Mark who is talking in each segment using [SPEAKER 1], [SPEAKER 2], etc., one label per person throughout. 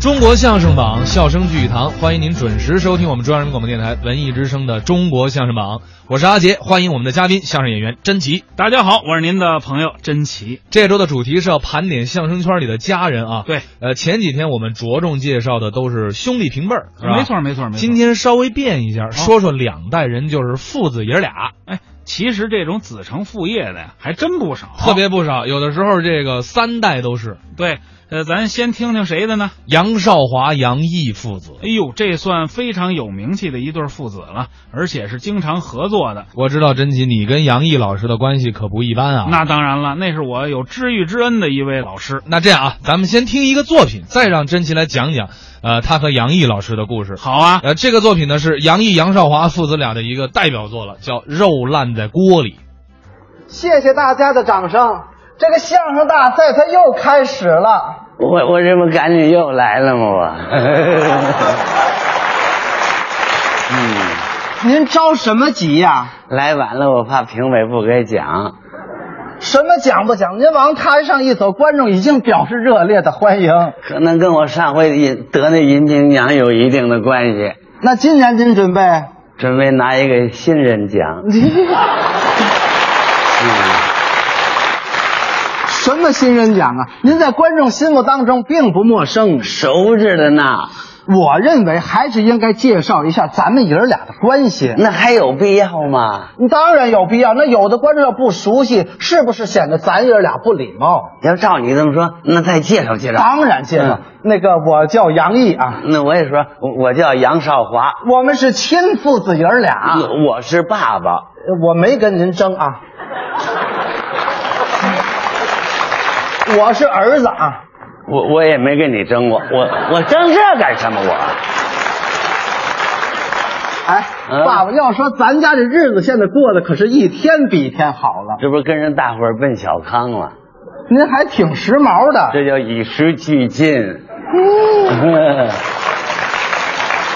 [SPEAKER 1] 中国相声榜，笑声聚一堂，欢迎您准时收听我们中央人民广播电台文艺之声的《中国相声榜》，我是阿杰，欢迎我们的嘉宾相声演员甄奇。
[SPEAKER 2] 大家好，我是您的朋友甄奇。
[SPEAKER 1] 这周的主题是要盘点相声圈里的家人啊，
[SPEAKER 2] 对，
[SPEAKER 1] 呃，前几天我们着重介绍的都是兄弟平辈儿，是吧
[SPEAKER 2] 没。错，哦没错，没错。
[SPEAKER 1] 今天稍微变一下，说说两代人，就是父子爷俩，
[SPEAKER 2] 哎，其实这种子承父业的呀，还真不少，
[SPEAKER 1] 特别不少。有的时候这个三代都是
[SPEAKER 2] 对。呃，咱先听听谁的呢？
[SPEAKER 1] 杨少华、杨毅父子。
[SPEAKER 2] 哎呦，这算非常有名气的一对父子了，而且是经常合作的。
[SPEAKER 1] 我知道甄奇，你跟杨毅老师的关系可不一般啊。
[SPEAKER 2] 那当然了，那是我有知遇之恩的一位老师。
[SPEAKER 1] 那这样啊，咱们先听一个作品，再让甄奇来讲讲，呃，他和杨毅老师的故事。
[SPEAKER 2] 好啊，
[SPEAKER 1] 呃，这个作品呢是杨毅、杨少华父子俩的一个代表作了，叫《肉烂在锅里》。
[SPEAKER 3] 谢谢大家的掌声，这个相声大赛它又开始了。
[SPEAKER 4] 我我这不赶紧又来了吗？我，嗯，
[SPEAKER 3] 您着什么急呀、
[SPEAKER 4] 来晚了，我怕评委不给奖。
[SPEAKER 3] 什么讲不讲？您往台上一走，观众已经表示热烈的欢迎。
[SPEAKER 4] 可能跟我上回银得那银瓶奖有一定的关系。
[SPEAKER 3] 那今年您准 备？
[SPEAKER 4] 准备拿一个新人奖，嗯，
[SPEAKER 3] 什么新人奖啊？您在观众心目当中并不陌生。
[SPEAKER 4] 熟着的呢，
[SPEAKER 3] 我认为还是应该介绍一下咱们爷儿俩的关系。
[SPEAKER 4] 那还有必要吗？
[SPEAKER 3] 当然有必要。那有的观众要不熟悉，是不是显得咱爷儿俩不礼貌？
[SPEAKER 4] 要照你这么说，那再介绍介绍。
[SPEAKER 3] 当然介绍
[SPEAKER 4] 嗯。
[SPEAKER 3] 那个，我叫杨毅啊。
[SPEAKER 4] 那我也说，我我叫杨少华，啊
[SPEAKER 3] 我们是亲父子爷儿俩，
[SPEAKER 4] 我我是爸爸。
[SPEAKER 3] 我没跟您争啊，我是儿子啊，
[SPEAKER 4] 我我也没跟你争过，我我争这干什么？我
[SPEAKER 3] 哎，
[SPEAKER 4] 嗯
[SPEAKER 3] 爸爸要说咱家这日子现在过得可是一天比一天好了，
[SPEAKER 4] 这不是跟人大伙儿奔小康了？
[SPEAKER 3] 您还挺时髦的，
[SPEAKER 4] 这叫与时俱进。嗯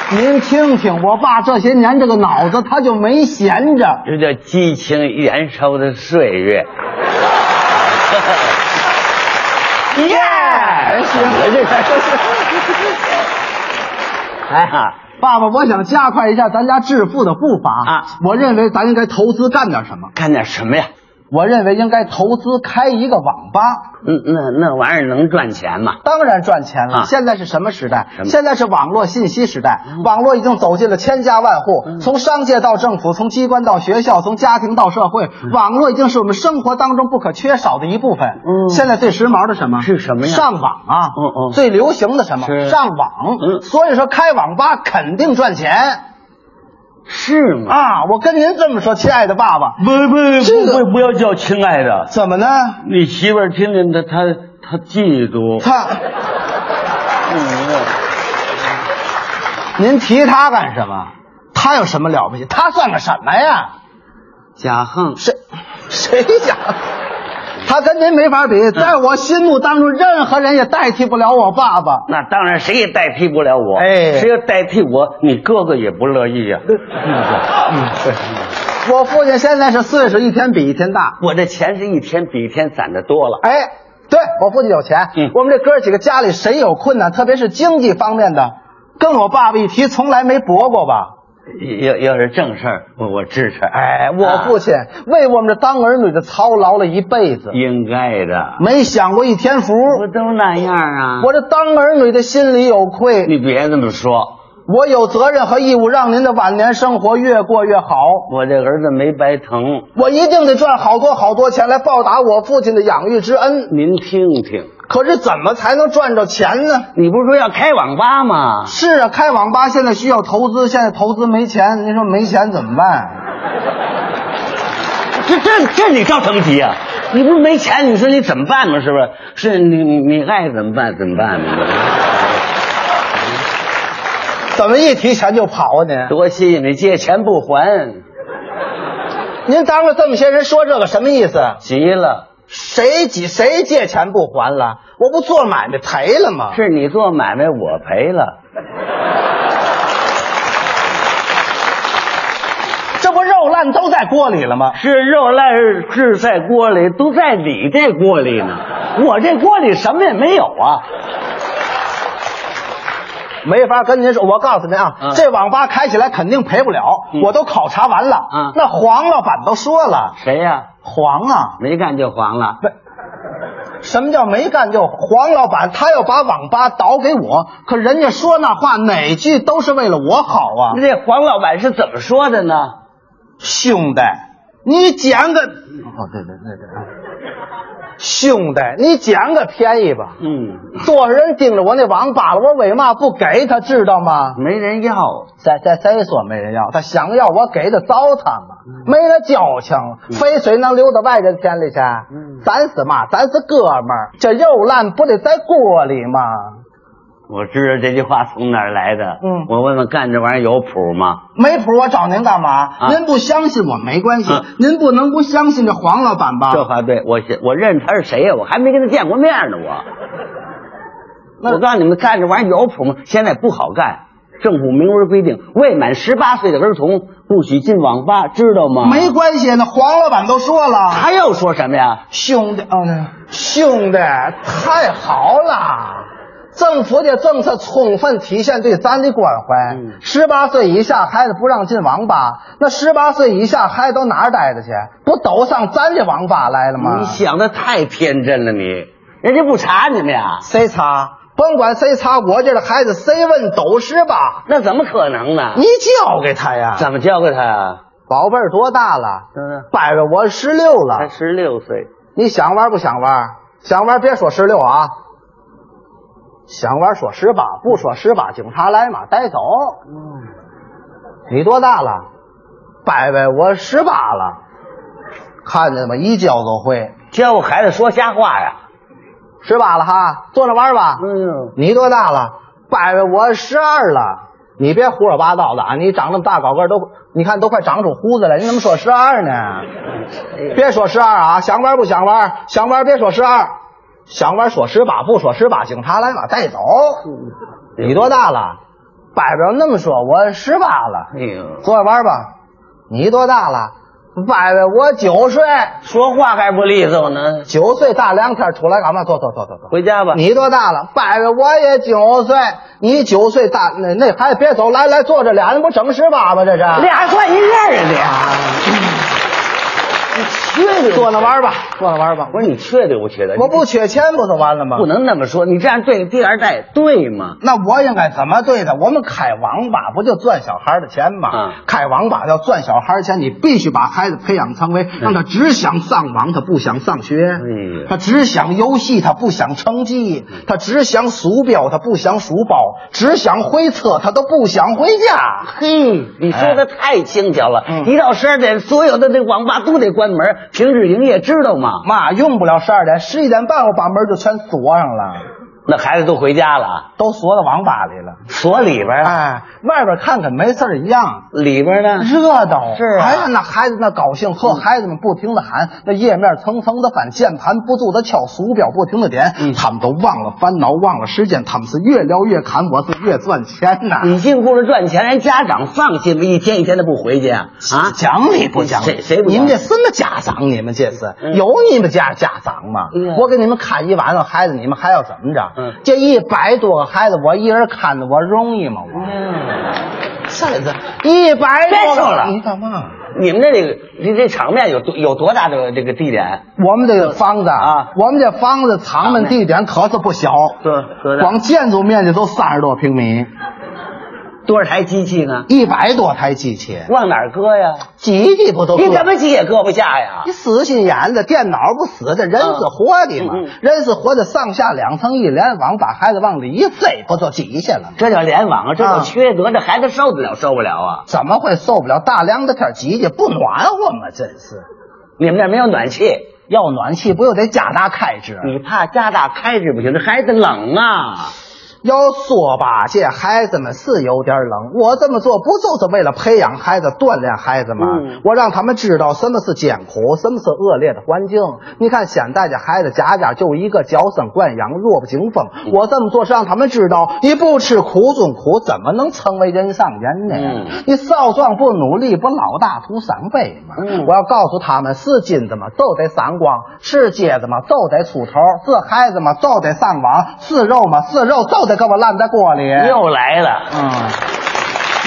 [SPEAKER 3] 您听听我爸这些年这个脑子他就没闲着，
[SPEAKER 4] 这叫激情燃烧的岁 月。耶！
[SPEAKER 3] 行
[SPEAKER 4] 这个
[SPEAKER 3] 哎。爸爸，我想加快一下咱家致富的步伐
[SPEAKER 4] 啊！
[SPEAKER 3] 我认为咱应该投资干点什么。
[SPEAKER 4] 干点什么呀？
[SPEAKER 3] 我认为应该投资开一个网吧，
[SPEAKER 4] 嗯，那那玩意儿能赚钱吗？
[SPEAKER 3] 当然赚钱了。
[SPEAKER 4] 啊
[SPEAKER 3] 现在是什么时代？
[SPEAKER 4] 什么嗯
[SPEAKER 3] 现在是网络信息时代，网络已经走进了千家万户，从商界到政府，从机关到学校，从家庭到社会，网络已经是我们生活当中不可缺少的一部分。
[SPEAKER 4] 嗯
[SPEAKER 3] 现在最时髦的什么？
[SPEAKER 4] 是什么呀
[SPEAKER 3] 上网啊！
[SPEAKER 4] 嗯嗯
[SPEAKER 3] 最流行的什么？
[SPEAKER 4] 是
[SPEAKER 3] 上网。
[SPEAKER 4] 嗯
[SPEAKER 3] 所以说开网吧肯定赚钱
[SPEAKER 4] 是吗？
[SPEAKER 3] 啊！我跟您这么说，亲爱的爸爸，
[SPEAKER 4] 不不
[SPEAKER 3] 这个
[SPEAKER 4] 不要叫亲爱的，
[SPEAKER 3] 怎么呢？
[SPEAKER 4] 你媳妇儿听见她她她嫉妒。
[SPEAKER 3] 他，
[SPEAKER 4] 嗯
[SPEAKER 3] 您提他干什么？他有什么了不起？他算个什么呀？
[SPEAKER 4] 贾横
[SPEAKER 3] 谁谁讲？他跟您没法比，在我心目当中，任何人也代替不了我爸爸。
[SPEAKER 4] 那当然，谁也代替不了我。
[SPEAKER 3] 哎
[SPEAKER 4] 谁要代替我，你哥哥也不乐意呀、啊
[SPEAKER 3] 嗯 我父亲现在是岁数一天比一天大。
[SPEAKER 4] 我这钱是一天比一天攒的多了。
[SPEAKER 3] 哎，对我父亲有钱。
[SPEAKER 4] 嗯
[SPEAKER 3] 我们这哥几个家里谁有困难，特别是经济方面的，跟我爸爸一提，从来没驳过吧。
[SPEAKER 4] 要要是正事儿，我我支持。
[SPEAKER 3] 哎，我父
[SPEAKER 4] 啊、
[SPEAKER 3] 亲为我们这当儿女的操劳了一辈子，
[SPEAKER 4] 应该的，
[SPEAKER 3] 没享过一天福。
[SPEAKER 4] 不都那样啊？
[SPEAKER 3] 嗯我这当儿女的心里有愧，
[SPEAKER 4] 你别这么说，
[SPEAKER 3] 我有责任和义务让您的晚年生活越过越好。
[SPEAKER 4] 我这儿子没白疼。
[SPEAKER 3] 我一定得赚好多好多钱来报答我父亲的养育之恩。
[SPEAKER 4] 您听听，
[SPEAKER 3] 可是怎么才能赚着钱呢？
[SPEAKER 4] 你不是说要开网吧吗？
[SPEAKER 3] 是啊，开网吧现在需要投资，现在投资没钱，您说没钱怎么办？
[SPEAKER 4] 这这这你着什么急啊？你不是没钱，你说你怎么办嘛？是不是？是你你爱怎么办怎么办嘛？
[SPEAKER 3] 怎么一提钱就跑啊您？
[SPEAKER 4] 多吸引你借钱不还，
[SPEAKER 3] 您当着这么些人说这个什么意思？
[SPEAKER 4] 急了。
[SPEAKER 3] 谁急谁借钱不还了？我不做买卖赔了吗？
[SPEAKER 4] 是你做买卖，我赔了。
[SPEAKER 3] 这不肉烂都在锅里了吗？
[SPEAKER 4] 是肉烂是在锅里，都在你这锅里呢。我这锅里什么也没有啊。
[SPEAKER 3] 没法跟您说。我告诉您啊，
[SPEAKER 4] 嗯
[SPEAKER 3] 这网吧开起来肯定赔不了，
[SPEAKER 4] 嗯
[SPEAKER 3] 我都考察完了。
[SPEAKER 4] 嗯
[SPEAKER 3] 那黄老板都说了，
[SPEAKER 4] 谁呀、
[SPEAKER 3] 黄啊，
[SPEAKER 4] 没干就黄了。
[SPEAKER 3] 什么叫没干就黄老板？他要把网吧倒给我，可人家说那话哪句都是为了我好啊
[SPEAKER 4] 那，这黄老板是怎么说的呢？
[SPEAKER 3] 哦兄弟，你捡个哦，对对对对，兄弟，你捡个便宜吧。
[SPEAKER 4] 嗯，
[SPEAKER 3] 多少人盯着我那王八了，我为嘛不给他，知道吗？
[SPEAKER 4] 没人要。
[SPEAKER 3] 再再再说没人要，他想要我给的糟蹋嘛，没那交情，肥水能流到外人田里去？咱是嘛？咱是哥们儿，这肉烂不得在锅里吗？
[SPEAKER 4] 我知道这句话从哪儿来的。
[SPEAKER 3] 嗯
[SPEAKER 4] 我问问，干这玩意儿有谱吗？
[SPEAKER 3] 没谱，我找您干嘛？
[SPEAKER 4] 啊
[SPEAKER 3] 您不相信我没关系，
[SPEAKER 4] 啊
[SPEAKER 3] 您不能不相信这黄老板吧？
[SPEAKER 4] 这话对，我信我认识他是谁呀？我还没跟他见过面呢， 我。
[SPEAKER 3] 那
[SPEAKER 4] 我告诉你们，干这玩意儿有谱吗？现在不好干。政府明文规定，未满十八岁的儿童不许进网吧，知道吗？
[SPEAKER 3] 没关系，那黄老板都说了，
[SPEAKER 4] 他又说什么呀？
[SPEAKER 3] 兄弟，啊，那兄弟，太好了！政府的政策充分体现对咱的关怀
[SPEAKER 4] 嗯。
[SPEAKER 3] 十八岁以下孩子不让进网吧，那十八岁以下孩子都哪儿待着去？不都上咱这网吧来了吗
[SPEAKER 4] 你？想的太天真了，你人家不查你们呀？
[SPEAKER 3] 谁查？甭管谁查，我这个孩子谁问都是吧？
[SPEAKER 4] 那怎么可能呢？
[SPEAKER 3] 你教给他呀！
[SPEAKER 4] 怎么教给他呀？
[SPEAKER 3] 宝贝儿多大了？
[SPEAKER 4] 嗯，
[SPEAKER 3] 掰着我十六了
[SPEAKER 4] 才，十六岁，
[SPEAKER 3] 你想玩不想玩？想玩别说十六啊，想玩说十八，不说十八，警察来嘛，带走。你多大了？拜拜，我十八了。看见吗？一教就会。
[SPEAKER 4] 教孩子说瞎话呀？
[SPEAKER 3] 十八了哈，坐着玩吧。
[SPEAKER 4] 哎呦，
[SPEAKER 3] 你多大了？拜拜，我十二了。你别胡说八道了啊！你长这么大高个儿都，你看都快长出胡子来，你怎么说十二呢？别说十二啊，想玩不想玩？想玩别说十二，想玩说十八，不说十八，警察来把带走。你多大了？摆不了那么说，我十八了。
[SPEAKER 4] 哎呦，
[SPEAKER 3] 坐着玩吧。你多大了？摆摆，我九岁，
[SPEAKER 4] 说话还不利索呢？
[SPEAKER 3] 九岁大凉天出来干嘛？走走走走走。
[SPEAKER 4] 回家吧。
[SPEAKER 3] 你多大了？拜拜，我也九岁。你九岁大，那那孩子别走，来来坐着，俩人不整十八吗？这是
[SPEAKER 4] 俩算一样人俩，你缺德
[SPEAKER 3] 坐那玩吧，坐那玩吧。
[SPEAKER 4] 不是你缺德不缺德？
[SPEAKER 3] 我不缺钱，不就完了吗？
[SPEAKER 4] 哎不能那么说，你这样对第二代对吗？
[SPEAKER 3] 那我应该怎么对他？我们开网吧不就赚小孩的钱吗？
[SPEAKER 4] 嗯
[SPEAKER 3] 开网吧要赚小孩钱，你必须把孩子培养成为让他只想上网，他不想上学；
[SPEAKER 4] 嗯哎呀嗯
[SPEAKER 3] 他只想游戏，他不想成绩；他只想鼠标，他不想鼠包；只想回车，他都不想回家。
[SPEAKER 4] 嘿，你说的太轻巧了！
[SPEAKER 3] 嗯
[SPEAKER 4] 一到十二点，所有的那网吧都得关门，停止营业，知道吗？
[SPEAKER 3] 妈，用不了十二点，十一点半我把门就全锁上了，
[SPEAKER 4] 那孩子都回家了，
[SPEAKER 3] 都锁到网吧里了。
[SPEAKER 4] 锁里边了，
[SPEAKER 3] 哎，外边看看没事儿一样。
[SPEAKER 4] 里边呢？
[SPEAKER 3] 热闹
[SPEAKER 4] 啊嗯是啊
[SPEAKER 3] 哎呀，那孩子那高兴，呵，孩子们不停的喊，那页面层层的翻，键盘不住的敲，鼠标不停的点，
[SPEAKER 4] 嗯
[SPEAKER 3] 他们都忘了烦恼，忘了时间，他们是越聊越侃，我是越赚钱呐、
[SPEAKER 4] 你净顾着赚钱，人家长放心吗？一天一天的不回去啊？啊，
[SPEAKER 3] 讲理不讲理？
[SPEAKER 4] 谁谁不讲
[SPEAKER 3] 你
[SPEAKER 4] 理
[SPEAKER 3] 们这什么家长？你们这是、
[SPEAKER 4] 嗯
[SPEAKER 3] 有你们家家长吗？
[SPEAKER 4] 嗯
[SPEAKER 3] 我给你们看一晚上孩子，你们还要怎么着？
[SPEAKER 4] 嗯
[SPEAKER 3] 这一百多个孩子，我一人看着我容易吗？我、
[SPEAKER 4] 嗯扇子，
[SPEAKER 3] 一百多
[SPEAKER 4] 别
[SPEAKER 3] 个
[SPEAKER 4] 说了
[SPEAKER 3] 你干嘛？
[SPEAKER 4] 你们这这这这场面有多有多大的这个地点？
[SPEAKER 3] 我们这个房子
[SPEAKER 4] 啊
[SPEAKER 3] 我们这房子场面地点可是不小，
[SPEAKER 4] 多多
[SPEAKER 3] 光建筑面积都三十多平米，
[SPEAKER 4] 多少台机器呢？
[SPEAKER 3] 一百多台机器，
[SPEAKER 4] 往哪儿搁呀？
[SPEAKER 3] 挤挤不都？
[SPEAKER 4] 你怎么挤也搁不下呀
[SPEAKER 3] 你？死心眼子，电脑不死的，人是活的嘛，
[SPEAKER 4] 嗯嗯
[SPEAKER 3] 人是活的，上下两层一联网，把孩子往里一塞，不就挤下了吗？
[SPEAKER 4] 这叫联网啊！这
[SPEAKER 3] 啊
[SPEAKER 4] 叫缺德，这孩子受得了受不了啊？
[SPEAKER 3] 怎么会受不了大凉的天挤挤不暖和吗？真是，
[SPEAKER 4] 你们那儿没有暖气，
[SPEAKER 3] 要暖气不又得加大开支？啊
[SPEAKER 4] 你怕加大开支不行，这孩子冷啊。
[SPEAKER 3] 要说吧，这孩子们是有点冷。我这么做不就是为了培养孩子、锻炼孩子吗？
[SPEAKER 4] 嗯
[SPEAKER 3] 我让他们知道什么是艰苦，什么是恶劣的环境。你看现在这孩子家家就一个娇生惯养、弱不禁风。
[SPEAKER 4] 嗯
[SPEAKER 3] 我这么做是让他们知道，你不吃苦中苦，怎么能成为人上人呢？
[SPEAKER 4] 嗯
[SPEAKER 3] 你少壮不努力，不老大徒伤悲吗？
[SPEAKER 4] 嗯
[SPEAKER 3] 我要告诉他们，是金子嘛都得闪光，是疖子嘛都得出头，是孩子嘛都得上网，是肉嘛是肉都得得给我烂在锅里。
[SPEAKER 4] 又来了。
[SPEAKER 3] 哎嗯，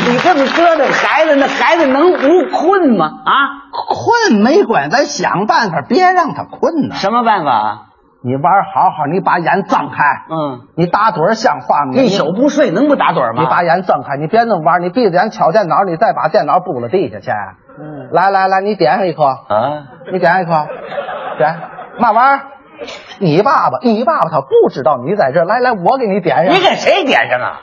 [SPEAKER 4] 你这么折腾孩子，那孩子能不困吗？啊，
[SPEAKER 3] 困没管，咱想办法，别让他困呐。
[SPEAKER 4] 什么办法啊？
[SPEAKER 3] 你玩好好，你把眼睁开，
[SPEAKER 4] 嗯，
[SPEAKER 3] 你打盹儿像话吗？
[SPEAKER 4] 一宿不睡能不打盹吗？
[SPEAKER 3] 你把眼睁开，你别那么玩，你闭着眼敲电脑，你再把电脑扑了地下去。
[SPEAKER 4] 嗯
[SPEAKER 3] 来来来，你点上一颗，
[SPEAKER 4] 啊，
[SPEAKER 3] 你点上一颗，点嘛玩意儿？你爸爸，你爸爸他不知道你在这儿。来来，我给你点上。
[SPEAKER 4] 你给谁点上啊？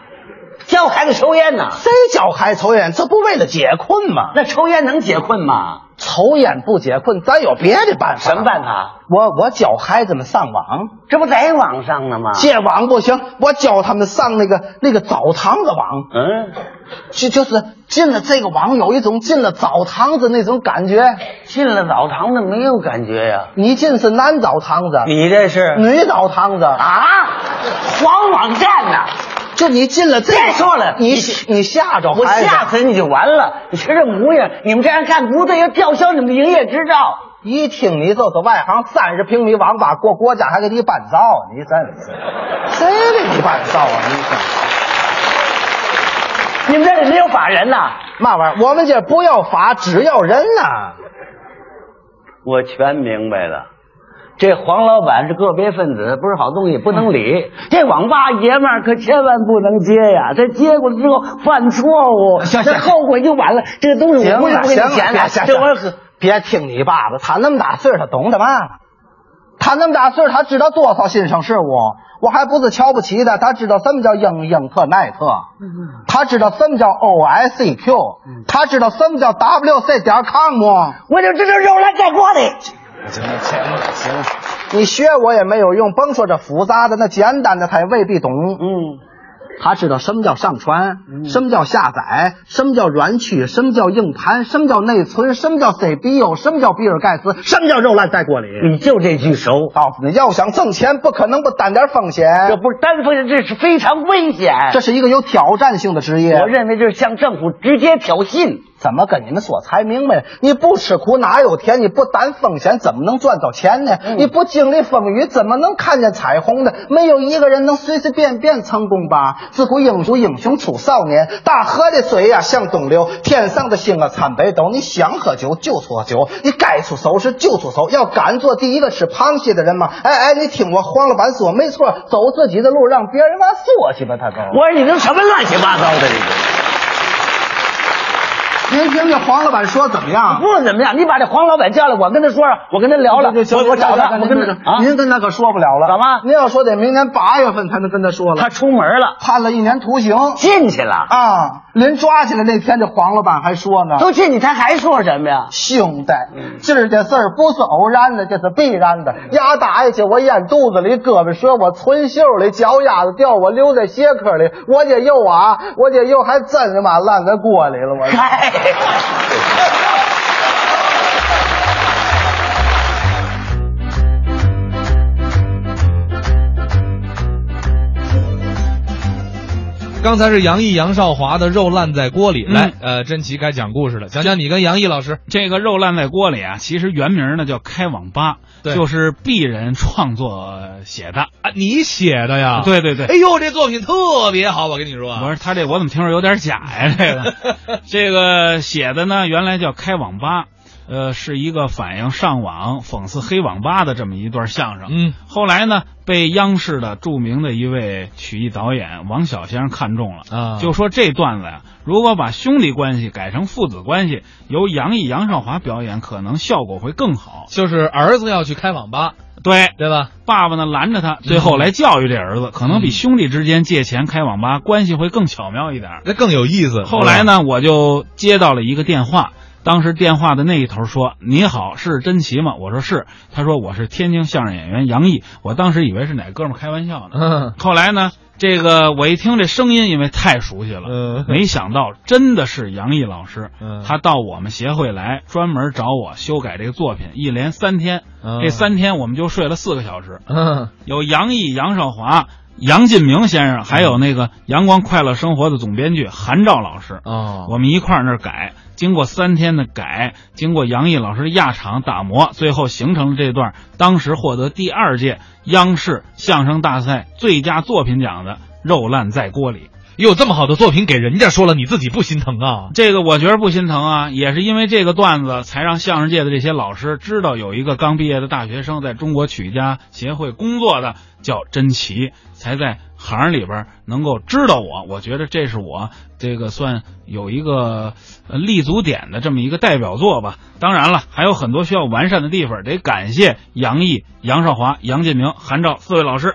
[SPEAKER 4] 教孩子抽烟呢？
[SPEAKER 3] 谁教孩子抽烟？这不为了解困吗？
[SPEAKER 4] 那抽烟能解困
[SPEAKER 3] 啊
[SPEAKER 4] 吗？
[SPEAKER 3] 抽烟不解困，咱有别的办法。
[SPEAKER 4] 什么办法？
[SPEAKER 3] 我我教孩子们上网，
[SPEAKER 4] 这不在网上呢吗？
[SPEAKER 3] 借网不行，我教他们上那个那个澡堂子网，
[SPEAKER 4] 嗯，
[SPEAKER 3] 就就是进了这个网，有一种进了澡堂子那种感觉。
[SPEAKER 4] 进了澡堂子没有感觉呀、
[SPEAKER 3] 你进是男澡堂子，
[SPEAKER 4] 你这是
[SPEAKER 3] 女澡堂子啊，
[SPEAKER 4] 啊，黄网站呐、
[SPEAKER 3] 就你进了这个，
[SPEAKER 4] 再说了
[SPEAKER 3] 你
[SPEAKER 4] 你
[SPEAKER 3] 你吓着
[SPEAKER 4] 我
[SPEAKER 3] 孩子，
[SPEAKER 4] 吓死你就完了！你瞧这模样，你们这样干不对，要吊销你们的营业执照。
[SPEAKER 3] 一听你就是外行，三十平米网吧过国家还给你办照，你真是，谁给你办照啊？你真
[SPEAKER 4] 你们这里没有法人呐、
[SPEAKER 3] 嘛玩意儿？我们这不要法，只要人呐、
[SPEAKER 4] 我全明白了。这黄老板是个别分子，不是好东西，不能理。嗯这网吧爷们儿可千万不能接呀！这接过之后犯错误，
[SPEAKER 3] 行
[SPEAKER 4] 那
[SPEAKER 3] 行
[SPEAKER 4] 后悔就晚了。这个东西我
[SPEAKER 3] 行
[SPEAKER 4] 不是
[SPEAKER 3] 了
[SPEAKER 4] 不给
[SPEAKER 3] 行
[SPEAKER 4] 你钱
[SPEAKER 3] 了，
[SPEAKER 4] 的，
[SPEAKER 3] 行
[SPEAKER 4] 这玩意
[SPEAKER 3] 行
[SPEAKER 4] 儿
[SPEAKER 3] 别听你爸爸，他那么大岁数，他懂得嘛了？他那么大岁数，他知道多少新生事物？我还不是瞧不起他，他知道什么叫英英特耐特，他知道什么叫 OICQ，他知道什么叫 WC 点 com。
[SPEAKER 4] 我就这这肉烂在锅里。
[SPEAKER 3] 你学我也没有用，甭说这复杂的，那简单的他也未必懂。
[SPEAKER 4] 嗯，
[SPEAKER 3] 他知道什么叫上传，什么叫下载，什么叫软驱，什么叫硬盘，什么叫内存，什么叫 CPU，什么叫比尔盖茨，什么叫肉烂在锅里。
[SPEAKER 4] 你就这句熟，
[SPEAKER 3] 告诉你，要想挣钱，不可能不担点风险。
[SPEAKER 4] 这不是单方面，这是非常危险。
[SPEAKER 3] 哎这是一个有挑战性的职业。
[SPEAKER 4] 我认为这是向政府直接挑衅。
[SPEAKER 3] 怎么跟你们说才明白？你不吃苦哪有甜？你不担风险怎么能赚到钱呢？你不经历风雨怎么能看见彩虹呢？没有一个人能随随便便成功吧？自古英雄英雄出少年，大河的水呀、向东流，天上的星啊参北斗。你想喝酒就喝酒，你该出手时就出手，要敢做第一个吃螃蟹的人嘛！哎哎，你听我黄老板说，没错，走自己的路，让别人往说去吧，他都。
[SPEAKER 4] 我说你都什么乱七八糟的，你
[SPEAKER 3] 您听听黄老板说怎么样？
[SPEAKER 4] 不怎么样。你把这黄老板叫来，我跟他说说，我跟他聊了，
[SPEAKER 3] 行
[SPEAKER 4] 我我找他，
[SPEAKER 3] 行
[SPEAKER 4] 我
[SPEAKER 3] 行
[SPEAKER 4] 跟
[SPEAKER 3] 行
[SPEAKER 4] 他啊，
[SPEAKER 3] 您跟他可说不了嗯了。
[SPEAKER 4] 怎么
[SPEAKER 3] 您要说得明年八月份才能跟他说了
[SPEAKER 4] 他。出门了，
[SPEAKER 3] 判了一年徒刑
[SPEAKER 4] 进去了，
[SPEAKER 3] 啊！临抓起来那天，这黄老板还说呢
[SPEAKER 4] 都嗯进去，他还说什么呀：“？
[SPEAKER 3] 兄弟，今儿这事儿不是偶然的，这是必然的。
[SPEAKER 4] 嗯
[SPEAKER 3] 牙打下去，我咽肚子里，胳膊折我唇袖里，脚丫子掉我留在鞋壳里。我这肉啊，我这肉还真他妈烂在锅里了。我
[SPEAKER 4] 嗨，
[SPEAKER 1] 刚才是杨毅、杨少华的肉烂在锅里。
[SPEAKER 2] 嗯
[SPEAKER 1] 来，呃，甄奇该讲故事了，讲讲你跟杨毅老师。
[SPEAKER 2] 这个肉烂在锅里啊，其实原名呢叫开网吧，
[SPEAKER 1] 对
[SPEAKER 2] 就是鄙人创作写的。啊
[SPEAKER 1] 啊，你写的呀？
[SPEAKER 2] 对对对
[SPEAKER 1] 哎呦，这作品特别好，我跟你说
[SPEAKER 2] 我
[SPEAKER 1] 啊，
[SPEAKER 2] 说他这我怎么听着有点假呀？这个这个写的呢，原来叫开网吧，呃，是一个反映上网、讽刺黑网吧的这么一段相声。
[SPEAKER 1] 嗯，
[SPEAKER 2] 后来呢，被央视的著名的一位曲艺导演王晓先生看中了，
[SPEAKER 1] 啊
[SPEAKER 2] 就说这段子呀、如果把兄弟关系改成父子关系，由杨毅、杨少华表演，可能效果会更好。
[SPEAKER 1] 就是儿子要去开网吧，
[SPEAKER 2] 对，
[SPEAKER 1] 对吧？
[SPEAKER 2] 爸爸呢拦着他，最后来教育这儿子，可能
[SPEAKER 1] 嗯
[SPEAKER 2] 比兄弟之间借钱开网吧关系会更巧妙一点儿。
[SPEAKER 1] 那更有意思。
[SPEAKER 2] 后来呢，我就接到了一个电话，当时电话的那一头说：“你好，是甄奇吗？”我说是。他说我是天津相声演员杨毅。我当时以为是哪哥们儿开玩笑
[SPEAKER 1] 是
[SPEAKER 2] 呢。
[SPEAKER 1] 吧，
[SPEAKER 2] 后来呢，这个我一听这声音，因为太熟悉了，
[SPEAKER 1] 嗯
[SPEAKER 2] 没想到真的是杨毅老师。
[SPEAKER 1] 嗯
[SPEAKER 2] 他到我们协会来，专门找我修改这个作品，一连三天。
[SPEAKER 1] 嗯
[SPEAKER 2] 这三天我们就睡了四个小时。
[SPEAKER 1] 嗯
[SPEAKER 2] 有杨毅、杨少华、杨进明先生，还有那个《阳光快乐生活》的总编剧韩照老师。
[SPEAKER 1] 哦，
[SPEAKER 2] 我们一块儿那儿改，经过三天的改，经过杨毅老师的压场打磨，最后形成了这段当时获得第二届央视相声大赛最佳作品奖的《肉烂在锅里。
[SPEAKER 1] 有这么好的作品给人家说了，你自己不心疼啊？
[SPEAKER 2] 这个我觉得不心疼啊，也是因为这个段子，才让相声界的这些老师知道有一个刚毕业的大学生在中国曲艺家协会工作的叫甄奇，才在行里边能够知道我。我觉得这是我这个算有一个呃立足点的这么一个代表作吧。当然了，还有很多需要完善的地方，得感谢杨毅、杨少华、杨建明、韩照四位老师。